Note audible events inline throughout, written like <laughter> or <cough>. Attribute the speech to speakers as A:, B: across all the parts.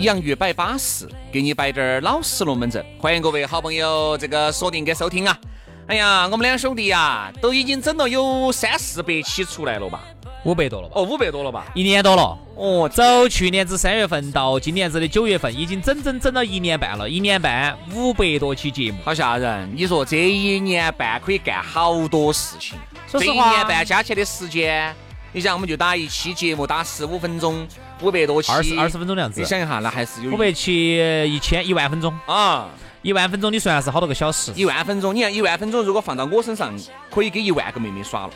A: 洋芋摆巴适，给你摆点儿老实龙门阵。欢迎各位好朋友这个锁定跟收听啊！哎呀，我们两兄弟呀、都已经整了有三四百期出来了吧？
B: 五百多了吧？
A: 哦，五百多了吧？
B: 一年多了。
A: 哦，
B: 走去年子三月份到今年子的九月份，已经整整整了一年半了，一年半五百多期节目。
A: 好吓人！你说这一年半可以干好多事情。
B: 说实
A: 这一
B: 话
A: 年半加起来的时间，你想我们就打一期节目打十五分钟，五百多期，
B: 二十二十分钟的样子
A: 你想一下，那还是有
B: 五百期一千一万分钟，
A: 啊，
B: 一万分钟你算下是好多个小时？
A: 一万分钟。你看一万分钟，如果放到我身上，可以给一万个妹妹耍了。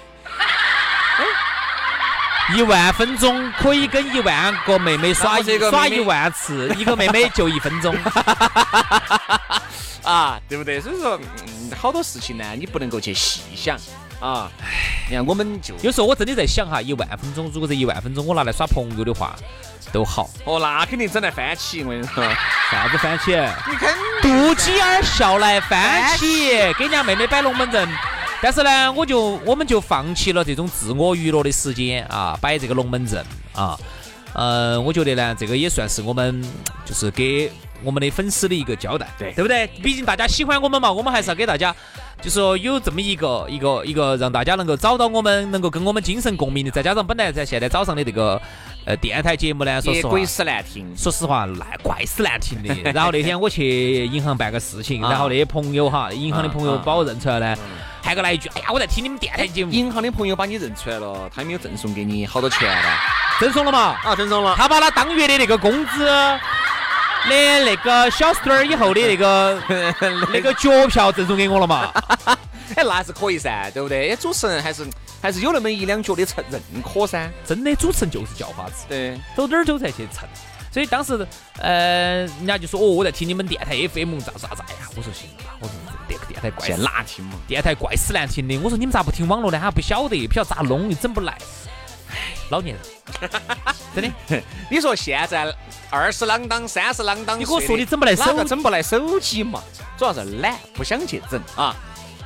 B: 一万分钟可以跟一万个妹妹
A: 那
B: 耍
A: 我这
B: 一
A: 个妹
B: 耍
A: 妹
B: 一万次，一个妹妹就一分
A: <laughs>
B: 钟。
A: 啊，对不对？所以说，嗯好多事情呢，你不能够去细想啊。你看，我们就
B: 有时候我真的在想哈，一万分钟，如果这一万分钟我拿来耍朋友的话，都好。
A: 哦，那肯定整得翻起，我跟你 <laughs> 说，
B: 啥子番茄？
A: 你看，
B: 肚脐儿笑来翻起，给人家妹妹摆龙门阵。但是呢，我就我们就放弃了这种自我娱乐的时间啊，摆这个龙门阵啊。呃，我觉得呢，这个也算是我们就是给我们的粉丝的一个交代，
A: 对
B: 对不对？毕竟大家喜欢我们嘛，我们还是要给大家，就说有这么一个一个一个让大家能够找到我们，能够跟我们精神共鸣的。再加上本来在现在早上的这个呃电台节目呢，说
A: 也
B: 实话
A: 鬼死难听。
B: 说实话，那怪死难听
A: <laughs>
B: 的。然后那天我去银行办个事情，
A: 啊
B: 然后那些朋友哈，银行的朋友
A: 啊嗯
B: 把我认出来呢，还给我来一句：“哎呀，我在听你们电台节目，
A: 银行的朋友把你认出来了，他有没有赠送给你好多钱 <laughs> 呢？
B: 赠送了嘛
A: 啊，赠送？”了。
B: 他把他当月的那个工资的那个小时段儿以后的
A: <laughs>
B: 那个那个脚票赠送给我了嘛？
A: 哎，那还是可以噻，对不对？哎，主持人还是还是有那么一两脚的承认可噻。
B: 真的，主持人就是叫花子。
A: 对，
B: 走哪儿都在去蹭。所以当时，呃，人家就说哦，我在听你们电台 FM 咋咋咋哎呀，我说行了吧，我说这个电台怪
A: 现
B: 死
A: 在哪听嘛？
B: 电台怪死难听的。我说你们咋不听网络呢？他不晓得，不晓得咋弄，又整不来。唉，老年人，
A: <laughs>
B: 真的，
A: 你说现在二十啷当、三十啷当，
B: 你给我说你整不来手
A: 哪个整不来手机嘛？主要是懒，不想去整啊。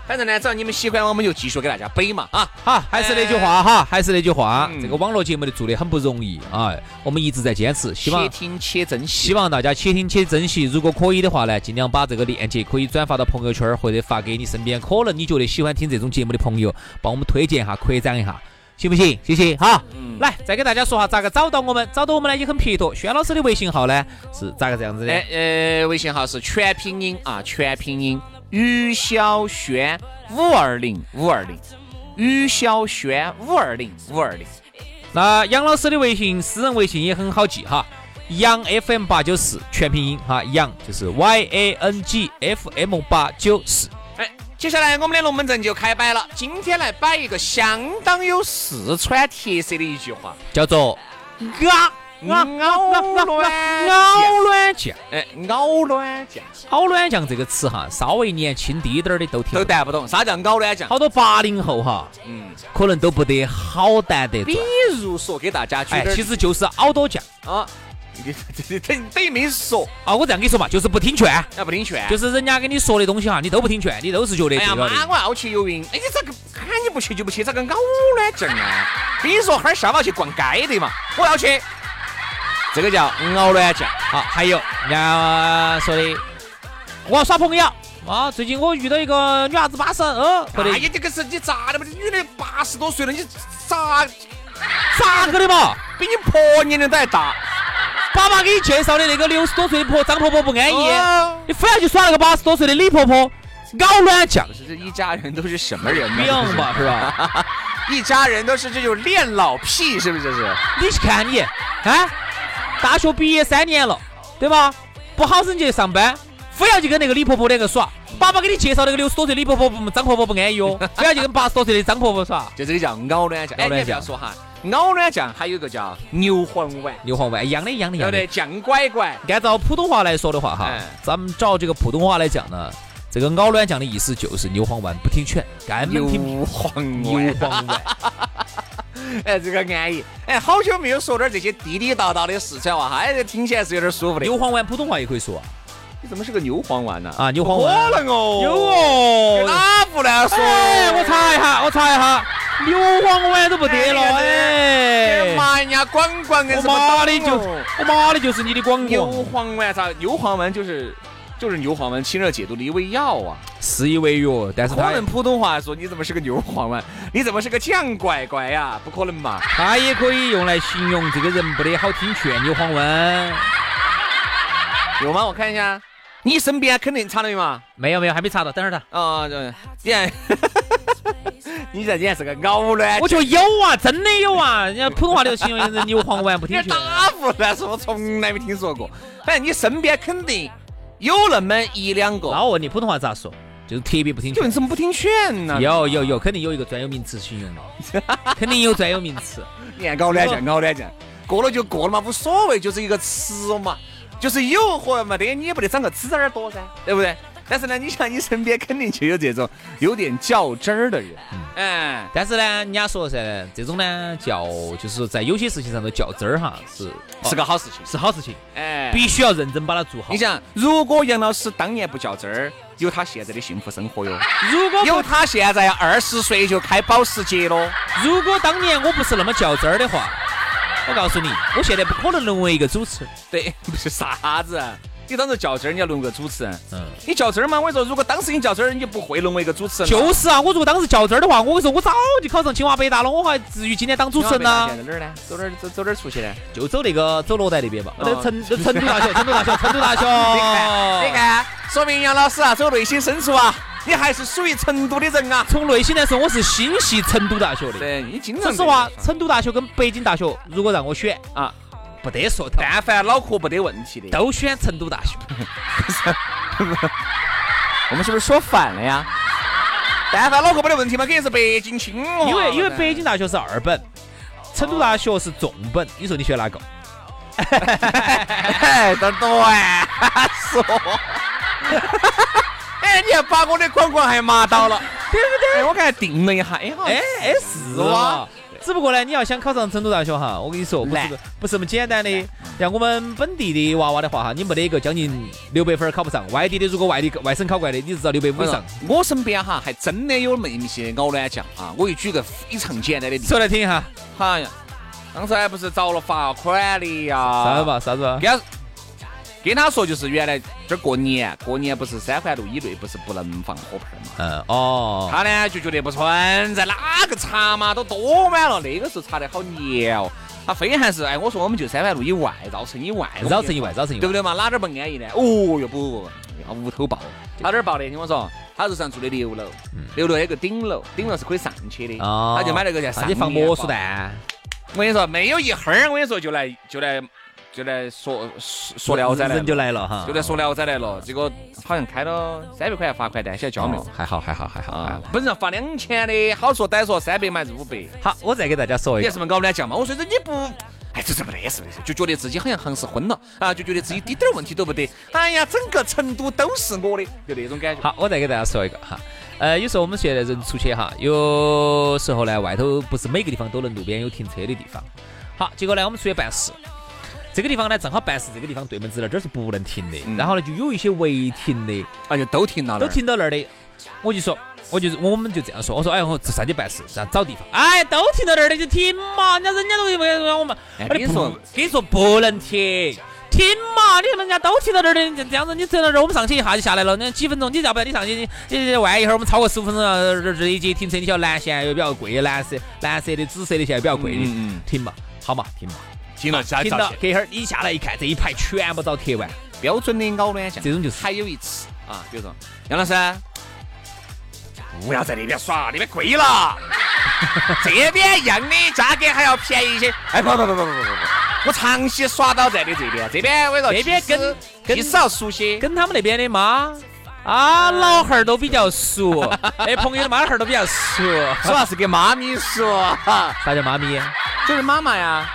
A: 反正呢，只要你们喜欢，我们就继续给大家摆嘛啊。
B: 好，还是那句话哈，还是那句话，啊
A: 嗯
B: 这个网络节目的做的很不容易啊，我们一直在坚持，希望
A: 且听且珍惜。
B: 希望大家且听且珍惜。如果可以的话呢，尽量把这个链接可以转发到朋友圈儿，或者发给你身边可能你觉得喜欢听这种节目的朋友，帮我们推荐一下、扩展一下，行不行？谢谢哈。来，再给大家说下咋个找到我们，找到我们呢也很撇脱。轩老师的微信号呢是咋个这样子的？
A: 哎呃，微信号是全拼音啊，全拼音于小轩五二零五二零，于小轩五二零五二零。
B: 那杨老师的微信私人微信也很好记哈，杨 FM 八九四全拼音哈，杨就是 Y A N G F M 八九四。
A: 哎，接下来我们的龙门阵就开摆了。今天来摆一个相当有四川特色的一句话。
B: 叫做
A: 啊啊
B: 熬
A: 熬
B: 卵酱。
A: 哎，熬卵酱
B: 熬卵酱这个词哈，稍微年轻低点儿的都听
A: 都
B: 得懂，
A: 带不懂，啥叫熬卵酱？
B: 好多八零后哈，
A: 嗯，
B: 可能都不得好担得
A: 比
B: 住。
A: 如说给大家举
B: 哎，
A: 点
B: 其实就是熬多酱
A: 啊，这等等于没说，
B: 啊！我这样跟你说嘛，就是不听劝，
A: 那不听劝。
B: 就是人家跟你说的东西哈，你都不听劝，你都是觉得
A: 哎
B: 对
A: 呀
B: 了
A: 妈，
B: 的。
A: 我要去游泳，哎，你咋个喊你不去就不去，咋个熬卵酱啊？跟你说，哈儿下午要去逛街的嘛，我要去。这个叫熬卵酱，
B: 好，还有人家说的，我要耍朋友啊！最近我遇到一个女伢子巴适，嗯，或者
A: 哎呀，这个是你咋的嘛？这女的八十多岁了，你咋
B: 咋个的嘛？
A: 比你婆年龄都还大？
B: 爸爸给你介绍的那个六十多岁的婆张婆婆不安逸，
A: 哦
B: 你非要去耍那个八十多岁的李婆婆，咬
A: <laughs>
B: 卵酱
A: 不是这一家人都是什么人呢？
B: 饼嘛， <laughs> 是吧？
A: 一家人都是这种恋老癖，是不是？这是
B: 你去看你，啊，大学毕业三年了，对吧？不好生去上班，非要去跟那个李婆婆两个耍。爸爸给你介绍那个六十多岁的李婆婆不张婆婆不安逸哦，非要去跟八十多岁的张婆婆耍。
A: 就这个叫咬卵酱。哎，
B: 咬
A: 你
B: 卵
A: 不要
B: 酱
A: 说哈，咬卵酱还有一个叫牛黄丸，
B: 牛黄哎丸一样的，一样
A: 对不
B: 的，一样的
A: 对？。酱拐拐。
B: 按照普通话来说的话哈
A: 哎，
B: 咱们照这个普通话来讲呢，这个咬卵酱的意思就是牛黄丸不听劝，根本听
A: 牛黄
B: 牛
A: <laughs> 丸，
B: 黄丸。
A: 哎，这个安逸，哎，好久没有说点这些地地道道的四川话哈，哎，这听起来是有点舒服的。
B: <laughs> 牛黄丸普通话也可以说
A: 你怎么是个牛黄丸呢？
B: 啊，牛黄
A: 可
B: 丸。
A: 能哦，
B: 有哦。
A: 哪不乱说？
B: 哎，我查一下，我查一下，牛黄丸都不得了哎。
A: 妈呀，光光跟
B: 我
A: 什么
B: 妈
A: 道
B: 的
A: 理
B: 就我妈的就是你的广
A: 牛
B: 告，
A: 黄丸啥？牛黄丸就是就是牛黄丸清热解毒的一味药啊。
B: 是一味药，但是
A: 可
B: 它
A: 能普通话说你怎么是个牛黄丸？你怎么是个酱乖乖呀？不可能嘛！
B: 它也可以用来形容这个人不得好听劝，牛黄丸。
A: 有吗？我看一下，你身边肯定查到有嘛？
B: 没有没有，还没查到，等会儿的。
A: 啊、对，你看， <laughs> 你这你还是个咬卵，
B: 我觉得有啊，真的有啊，人家普通话流行人牛黄丸不
A: 你
B: 听
A: 这
B: 劝。
A: 打胡乱说，我从来没听说过。反正你身边肯定有那么一两个。
B: 那我问你，普通话咋说？就是特别不听
A: 就
B: 劝。
A: 你怎么不听劝呢？
B: 有有有，肯定有一个专有名词形容
A: <laughs>
B: 的，肯定有专有名词。
A: 你看，搞两件，搞两件，过了就过了嘛，无所谓，就是一个词嘛，就是有和没得，你也不得长个指子耳朵噻，对不对？但是呢，你像你身边肯定就有这种有点较真儿的人，哎，
B: 但是呢，人家说噻，这种呢较就是说在有些事情上头较真儿哈，是哦
A: 是个好事情，
B: 是好事情，
A: 哎。
B: 必须要认真把它做好
A: 你。想，如果杨老师当年不较真儿，有他现在的幸福生活 <laughs> 哟，
B: 如果
A: 有他现在二十岁就开保时捷咯。
B: 如果当年我不是那么较真儿的话，我告诉你，我现在不可能沦为一个主持人。
A: 对， <laughs> 不是啥子，啊你当时较真儿，你要沦为个主持人。
B: 嗯，
A: 你较真儿嘛？我跟你说，如果当时你较真儿，你就不会沦为一个主持人了。
B: 就是啊，我如果当时较真儿的话，我跟你说，我早就考上清华北大了，我还至于今天当主持人呢？
A: 在哪儿呢？走哪儿走走哪儿出去呢？
B: 就走那个走罗带那边吧，
A: 哦
B: 那个成成都大学，成都大学，成都大学。
A: 你看，你看，说明杨老师啊，走内心深处啊，你还是属于成都的人啊。
B: 从内心来说，我是心系成都大学的。
A: 对，你经常
B: 说实话，成都大学跟北京大学，如果让我选
A: 啊，
B: 不得说头，
A: 但凡脑壳不得问题的，
B: 都选成都大学。
A: 我们是不是说反了 <laughs> 呀？但凡脑壳不得问题嘛，肯定是北京清华。
B: 因为因为北京大学是二本，成都大学是重本，你说你选哪个？
A: <laughs> 哎，都乱说。 <laughs> 哎，你还把我的广告还麻到了，对不啊对？ <laughs> 哎，我刚才定了一下，哎，好像
B: 哎哎是
A: 哇
B: 哇！只不过呢，你要想考上成都大学哈，我跟你说，不是
A: 懒
B: 个不是那么简单的。像我们本地的娃娃的话哈，你没得一个将近六百分儿考不上；外地的，如果外地外省考过来的，你至少六百五以上。
A: 我身边哈，还真的有那么一些咬卵酱啊！我就举个非常简单的例子，
B: 说来听一下，
A: 哎呀，当时还不是遭了罚款的呀？
B: 啥子？吧？啥子吧？
A: 跟他跟他说，就是原来这儿过年，过年不是三环路以内不是不能放火炮嘛？
B: 嗯哦，
A: 他呢就觉得不哎存在，哪个查嘛都多满了，那个时候查得好严哦。他非还是哎，我说我们就三环路以外，绕城以外，
B: 绕城以外，绕城以
A: 对
B: 外
A: 不。对嘛？哪点儿不安逸呢？哦哟不，要屋头报，他哪儿报的？听我说，他楼上住的六楼，六楼有个顶楼，顶楼是可以上去的，
B: 哦
A: 他就买了个叫上
B: 你放
A: 面
B: 魔术
A: 包。
B: 弹，
A: 我跟你说，没有一会儿，我跟你说就来就来就来说说说聊斋来
B: 人就
A: 了，
B: 来了哈，哦
A: 就来说聊斋来了。结果好像开了三百块罚款单，晓得交没有
B: 哦？还好还好还好。还
A: 啊
B: 好，
A: 本人罚两千的，好说歹说三百嘛还是五百？
B: 好，我再给大家说一
A: 你
B: 个
A: 还。是么搞乱讲嘛？我说这你不，哎，这怎么得是不是？就觉得自己好像行是昏了啊，就觉得自己滴点儿问题都不得。哎呀，整个成都都是我的，就那种感觉。
B: 好，我再给大家说一个哈，呃，有时候我们现在人出去哈，有时候呢外头不是每个地方都能路边有停车的地方。好，结果呢我们出去办事，这个地方呢正好办事这个地方对门子那儿这儿是不能停的，
A: 嗯
B: 然后呢就有一些违停的，
A: 啊，就都停到那
B: 都
A: 儿。
B: 停到那儿的，我就说。我就是我们就这样说，我说哎，我这上去办事，这样找地方，哎，都停到那儿的就停嘛，人家人家都没让我们，
A: 哎
B: 我的
A: 跟你说
B: 不跟你说不能停，停嘛，你看人家都停到这儿的，你这样子你停到这儿，我们上去一下就下来了，那几分钟，你要不然你上去，你你你万一一会儿我们超过十五分钟，这这这一节停车，你晓得蓝线又比较贵，蓝色蓝色的紫色的线比较贵的，
A: 嗯嗯嗯
B: 停嘛，好嘛，停嘛，
A: 停了，下
B: 停
A: 道
B: 到隔一会儿你下来一看，这一排全部遭贴完，
A: 标准的咬卵像。
B: 这种就是
A: 还有一次啊，比如说杨老师，不要在那边耍，那边贵 <laughs> 了，这边一样的价格还要便宜一些。哎，不不不不不不不，我长期耍到在的这边，这边我跟你说
B: 这边跟跟
A: 即使要熟悉，
B: 跟他们那边的妈啊老汉儿都比较 <laughs> 熟，那朋友的妈汉儿都比较熟。
A: 主要是给妈咪说，
B: 啥叫妈咪？
A: <laughs> 就是妈妈呀。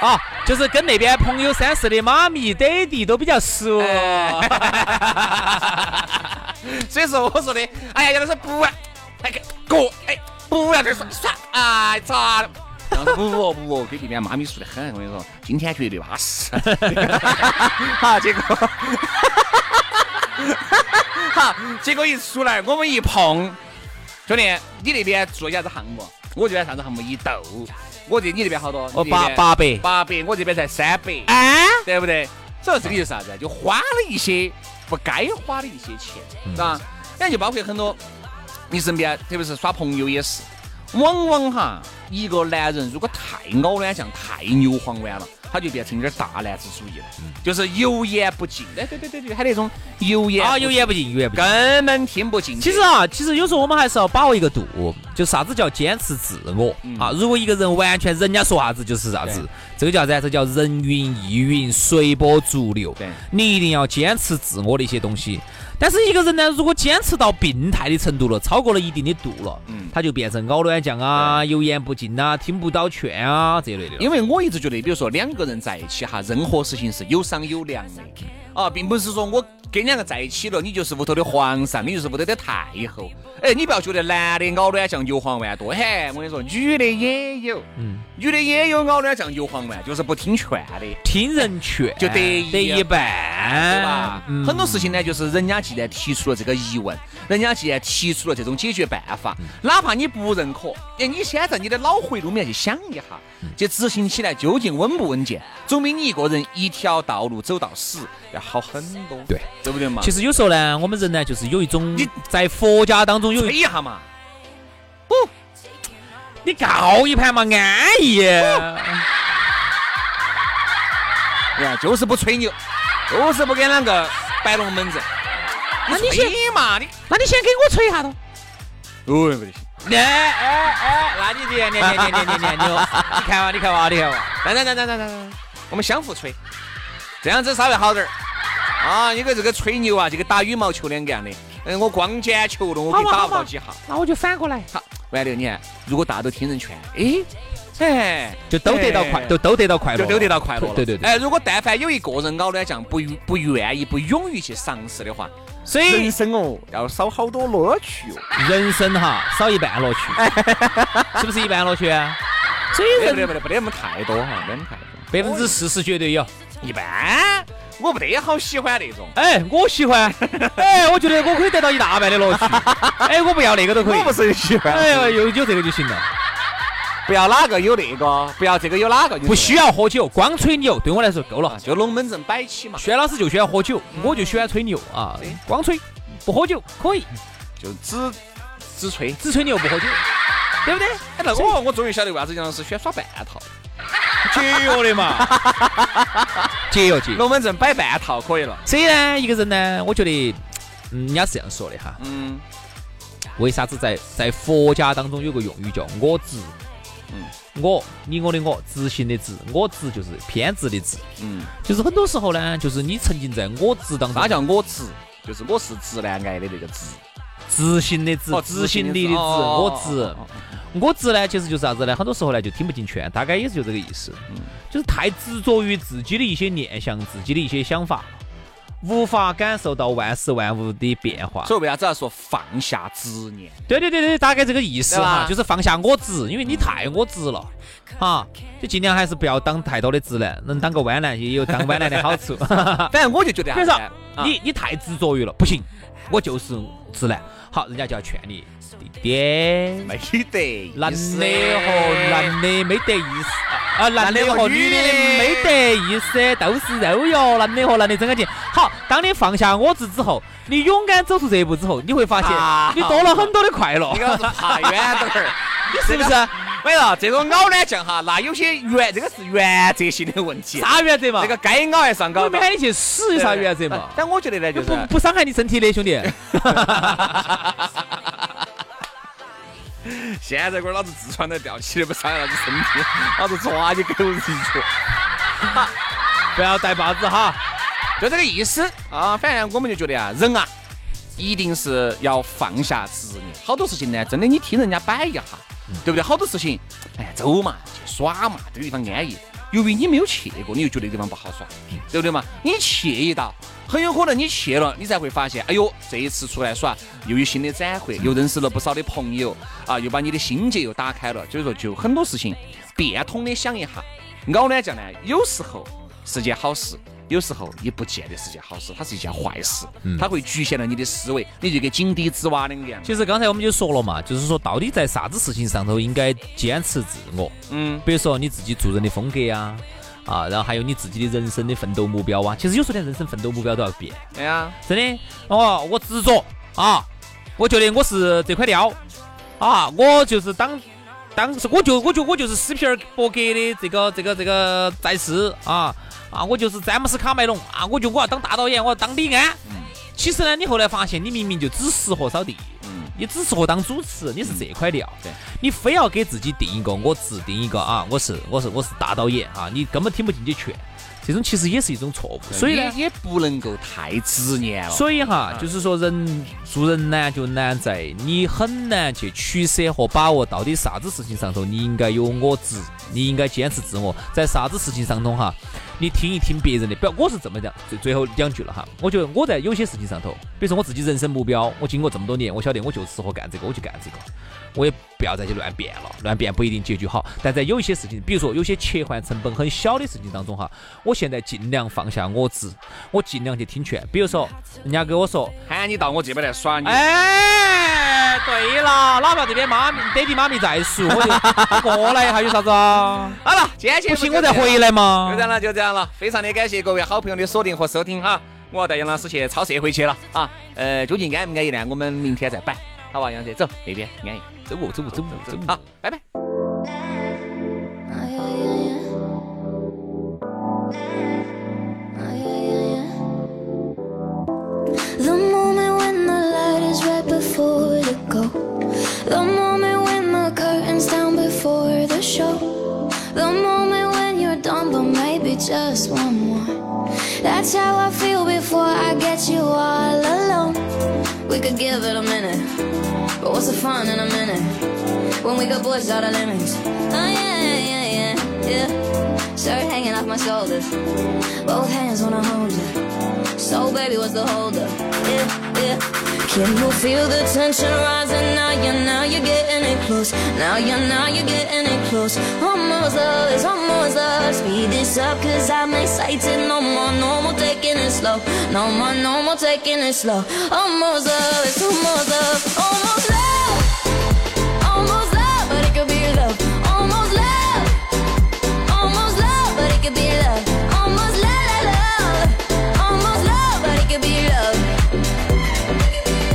B: 啊，就是跟那边朋友三四的妈咪、爹地都比较熟。哦
A: <laughs> 所以说我说的，哎呀，杨老师不，哎个哥，哎不要这耍耍，哎咋？然后不不不，给里面妈咪说的很，我跟你说，今天绝对巴
B: <laughs>
A: 适。好，结果，好，结果一出来，我们一碰，兄弟，你那边做啥子项目？我这边啥子项目一斗，我这你那边好多？
B: 我
A: 你那
B: 哦八
A: 边
B: 八百。
A: 八百，我这边才三百，
B: 啊？
A: 对不对？所以这个就是啥子啊？就花了一些不该花的一些钱，
B: 嗯
A: 是吧？那就包括很多你身边，啊特别是耍朋友也是，往往哈，一个男人如果太咬卵像、太牛黄丸了，他就变成有点大男子主义了，就是油盐不进。哎，对对对对，他那种油盐
B: 嗯啊，
A: 不
B: 有眼不进，有眼不进。
A: 根本听不进去。
B: 其实啊，其实有时候我们还是要把握一个度，就啥子叫坚持自我、
A: 嗯
B: 啊。如果一个人完全人家说啥子就是啥子
A: 对，
B: 这个叫啥子啊？这叫人云亦云，随波逐流。
A: 对
B: 你一定要坚持自我的一些东西。但是一个人呢，如果坚持到病态的程度了，超过了一定的度了，
A: 嗯
B: 他就变成咬卵酱啊、油盐不进啊、听不到劝啊这一类的了。
A: 因为我一直觉得，比如说两个人在一起哈，任何事情是有商有量的啊，并不是说我跟两个在一起了，你就是屋头的皇上，你就是屋头的太后。哎，你不要觉得男的咬卵像牛黄丸多，嘿，我跟你说，女的也有，
B: 嗯，
A: 女的也有咬卵像牛黄丸，就是不听劝的，
B: 听人劝
A: 就得一
B: 得一半，
A: 对吧？
B: 嗯
A: 很多事情呢，就是人家既然提出了这个疑问，人家既然提出了这种解决办法，
B: 嗯
A: 哪怕你不认可，哎，你先在你的脑回路里面去想一下，
B: 嗯
A: 去执行起来究竟稳不稳健，总比你一个人一条道路走到死要好很多，
B: 对
A: 对不对嘛？
B: 其
A: 实
B: 实有时候呢，我们人呢，就是有一种
A: 你
B: 在佛家当中有
A: 吹
B: 一
A: 一下嘛，
B: 你告一盘嘛，安逸。哦
A: 哎呀，就是不吹牛，就是不跟啷个摆龙门阵，
B: 那你先
A: 吹嘛，你
B: 那你先给我吹一下喽。
A: 哦，不得行。
B: 哎哎哎，那你这样，你你你你你你，你看嘛，你看嘛，你看嘛。
A: 来来来来来来来，我们相互吹，这样子稍微好点儿。啊，你跟这个吹牛啊，就跟打羽毛球两个样的。嗯，我光捡球了，我给打不到几下。
B: 那我就反过来，
A: 好，完了，你看，如果大家都听人劝，哎，哎，
B: 就都得到快，
A: 哎
B: 就都得到快乐，
A: 就都得到快乐了。
B: 对对对
A: 哎，如果但凡有一个人搞卵酱，不不愿意、不勇于去尝试的话，
B: 所
A: 人
B: 以
A: 生哦要少好多乐趣哦。
B: 人生哈少一半乐趣， <laughs> 是不是一半乐趣啊？所
A: 没
B: 以
A: 得哎没得
B: 人
A: 没得没得那么太多哈，没得那么太多。
B: 百分之四十绝对有。
A: 一般，我不得好喜欢那种。
B: 哎，我喜欢。哎，我觉得我可以得到一大半的乐趣。哎，我不要那个都可以
A: 我。不是很喜欢。
B: 哎呦，有有这个就行了。
A: 不要哪个有那个，不要这个有哪个，
B: 不需要喝酒，光吹牛对我来说够了
A: 要，。啊就龙门阵摆起嘛，
B: 轩老师就喜欢喝酒，我就喜欢吹牛啊，光吹不喝酒可以，
A: 就只只吹。
B: 只吹牛不喝酒， <laughs> 对不对？
A: 哎，那我我终于晓得为啥子杨老师喜欢耍半套，
B: 节约的嘛，节约节约。
A: 龙门阵摆半套可以了。
B: 所以呢，一个人呢，我觉得，嗯，人家是这样说的哈，
A: 嗯，
B: 为啥子在在佛家当中有个用语叫“我执”？嗯，我你我的我，执行的执，我执就是偏执的执，
A: 嗯，
B: 就是很多时候呢，就是你沉浸在我执当中，
A: 啥叫我直？就是我是直男癌的那个直。哦
B: 执行的执，哦执行力的哦执，我执。我执呢，其实就是啥子呢？很多时候呢，就听不进劝，大概也是就这个意思，
A: 嗯
B: 就是太执着于自己的一些念想、自己的一些想法，无法感受到万事万物的变化。
A: 所以为啥子要说放下执念？
B: 对对对对，大概这个意思
A: 对
B: 哈
A: 吧，
B: 就是放下我执，因为你太我执了。啊，就尽量还是不要当太多的直男，能当个弯男也有当弯男的
A: <laughs>
B: 好处。 <laughs>
A: 反正我就觉得啥子呢，啊
B: 你你太执着于了，不行，我就是直男。好，人家就要劝你，弟弟，
A: 没得
B: 男
A: 意思
B: 的和男的没哦得意思啊，男的和女的
A: 男的和女的
B: 没得意思，都是肉哟。男的和男的真感情。哎好，当你放下我执之后，你勇敢走出这一步之后，你会发现
A: 啊
B: 你多了很多的快乐
A: 你，给老子爬远点儿， <laughs>
B: 是不是？
A: 我跟你说，这种咬呢酱哈，那有些原这个是原则性的问题，
B: 啥原则嘛？
A: 这个该咬还是要
B: 我
A: 咬
B: 没
A: 到。
B: 喊你去死，有啥原则嘛
A: 哎？但我觉得呢，就是
B: 不不伤害你身体的兄弟，
A: 现在龟儿老子痔疮都吊起的，不伤害老子身体，老子抓就给我一戳，
B: 不要带把子哈。
A: 就这个意思啊。反正我们就觉得啊，人啊，一定是要放下执念。好多事情呢，真的你听人家摆一下，对不对？好多事情，哎，走嘛，去耍嘛，这个地方安逸。由于你没有去过，你就觉得这个地方不好耍，对不对嘛？你去一道，很有可能你去了，你才会发现，哎呦，这一次出来耍，又有新的展会，又认识了不少的朋友，啊，又把你的心界又打开了。所以说，就很多事情变通的想一下，熬呢酱呢，有时候是件好事。有时候也不见得是件好事，它是一件坏事，它会局限了你的思维，你就跟井底之蛙两个样。
B: 其实刚才我们嗯就说了嘛，就是说到底在啥子事情上头应该坚持自我，
A: 嗯，
B: 比如说你自己做人的风格呀、啊，然后还有你自己的人生的奋斗目标啊。其实有时候连人生奋斗目标都要变，
A: 哎呀，
B: 真的哦，我执着啊，我觉得我是这块料啊，我就是当当时我就我就我就是斯皮尔伯格的这个这个这个在世啊啊，我就是詹姆斯卡梅隆啊，我就我要当大导演，我要当李安。其实呢，你后来发现你明明就只适合扫地。
A: 嗯，
B: 你只适合当主持，你是这块料。
A: 对，
B: 你非要给自己定一个，我自定一个啊，我是我是我是大导演啊，你根本听不进去劝，这种其实也是一种错误。所以呢
A: 也，也不能够太执念了。
B: 所以哈，就是说人做人呢，就难在你很难去取舍和把握，到底啥子事情上头你应该有我执，你应该坚持自我，在啥子事情上头哈，你听一听别人的。不要，我是这么讲，最最后两句了哈。我觉得我在有些事情上头，比如说我自己人生目标，我经过这么多年，我晓得我就适合干这个，我就干这个，我也不要再去乱变了，乱变不一定结局好。但在有一些事情，比如说有些切换成本很小的事情当中哈，我现在尽量放下我执，我尽量去听劝。比如说，人家跟我说，
A: 喊你到我这边来耍你，
B: 哎，对了，哪怕这边妈咪、爹地、妈咪在熟， <laughs> 我就我过来一下有啥子啊？
A: 好了，今天节
B: 不
A: 目
B: 行，
A: 就
B: 我再
A: 这样
B: 回来嘛。
A: 就这样了，就这样了。非常的感谢各位好朋友的锁定和收听哈。我要带杨老师去抄社会去了啊。呃，究竟安不安逸呢？我们明天再摆，好吧？杨姐，走那边安逸，走哦，走哦，走哦，走哦，好，拜拜。
C: Oh, The moment when the light is red before the go. The moment when the curtain's down before the show. The moment when you're done, but maybe just one more. That's how I feel before I get you all alone. We could give it a minute, but what's the fun in a minute? When we got boys out of limits. Oh, yeah, yeah, yeah, yeah. Start hanging off my shoulders. Both hands wanna hold you. So baby, what's the hold up? Yeah, yeah. Can you feel the tension rising? Now you're now you're getting it close. Now you're now you're getting it close. Almost us, almost us. Speed this up, cause I'm excited. No more, no more taking it slow. No more, no more taking it slow. Almost us, almost us, almost love. Almost love, but it could be love. Almost love. Almost love, but it could be love. Almost love, la, love. Almost love, but it could be love.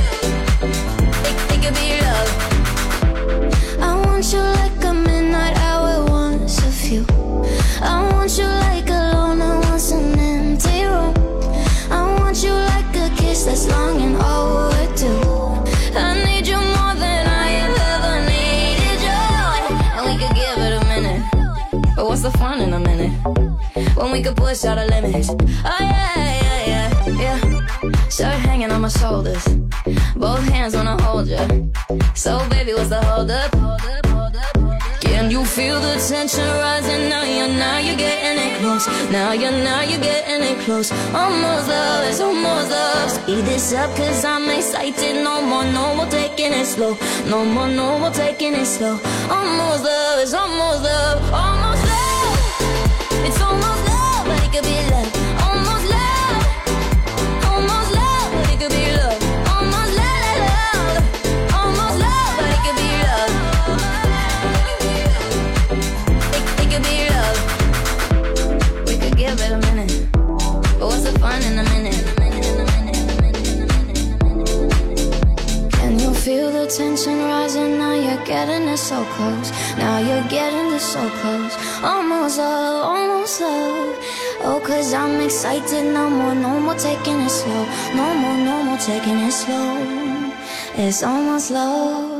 C: It, it could be love. I want you like a midnight hour wants a few. I want you like a loner wants an empty room. I want you like a kiss that's long and overdue. I need you more than I have ever needed you. And we could give it a minute. But what's the fun in a minute? When we could push all the limits. Oh yeah, yeah, yeah, yeah. Start hanging on my shoulders. Both hands wanna hold you. So baby, what's the hold up? Can you feel the tension rising? Now you're now you're getting it close. Now you're now you're getting it close. Almost love, it's almost love. Speed this up, cause I'm excited. No more, no more taking it slow. No more, no more taking it slow. Almost love, it's almost love, almost love. It's almost love, but it could be love. Almost love. Almost love, but it could be love. Almost la la love. Almost love, but it could be love. It, it could be love. We could give it a minute. But what's the fun in a minute? Can you feel the tension rising. Now you're getting us so close. Now you're getting us so close. Almost love, almost love. Oh, cause I'm excited. No more, no more taking it slow. No more, no more taking it slow. It's almost love. e Eh.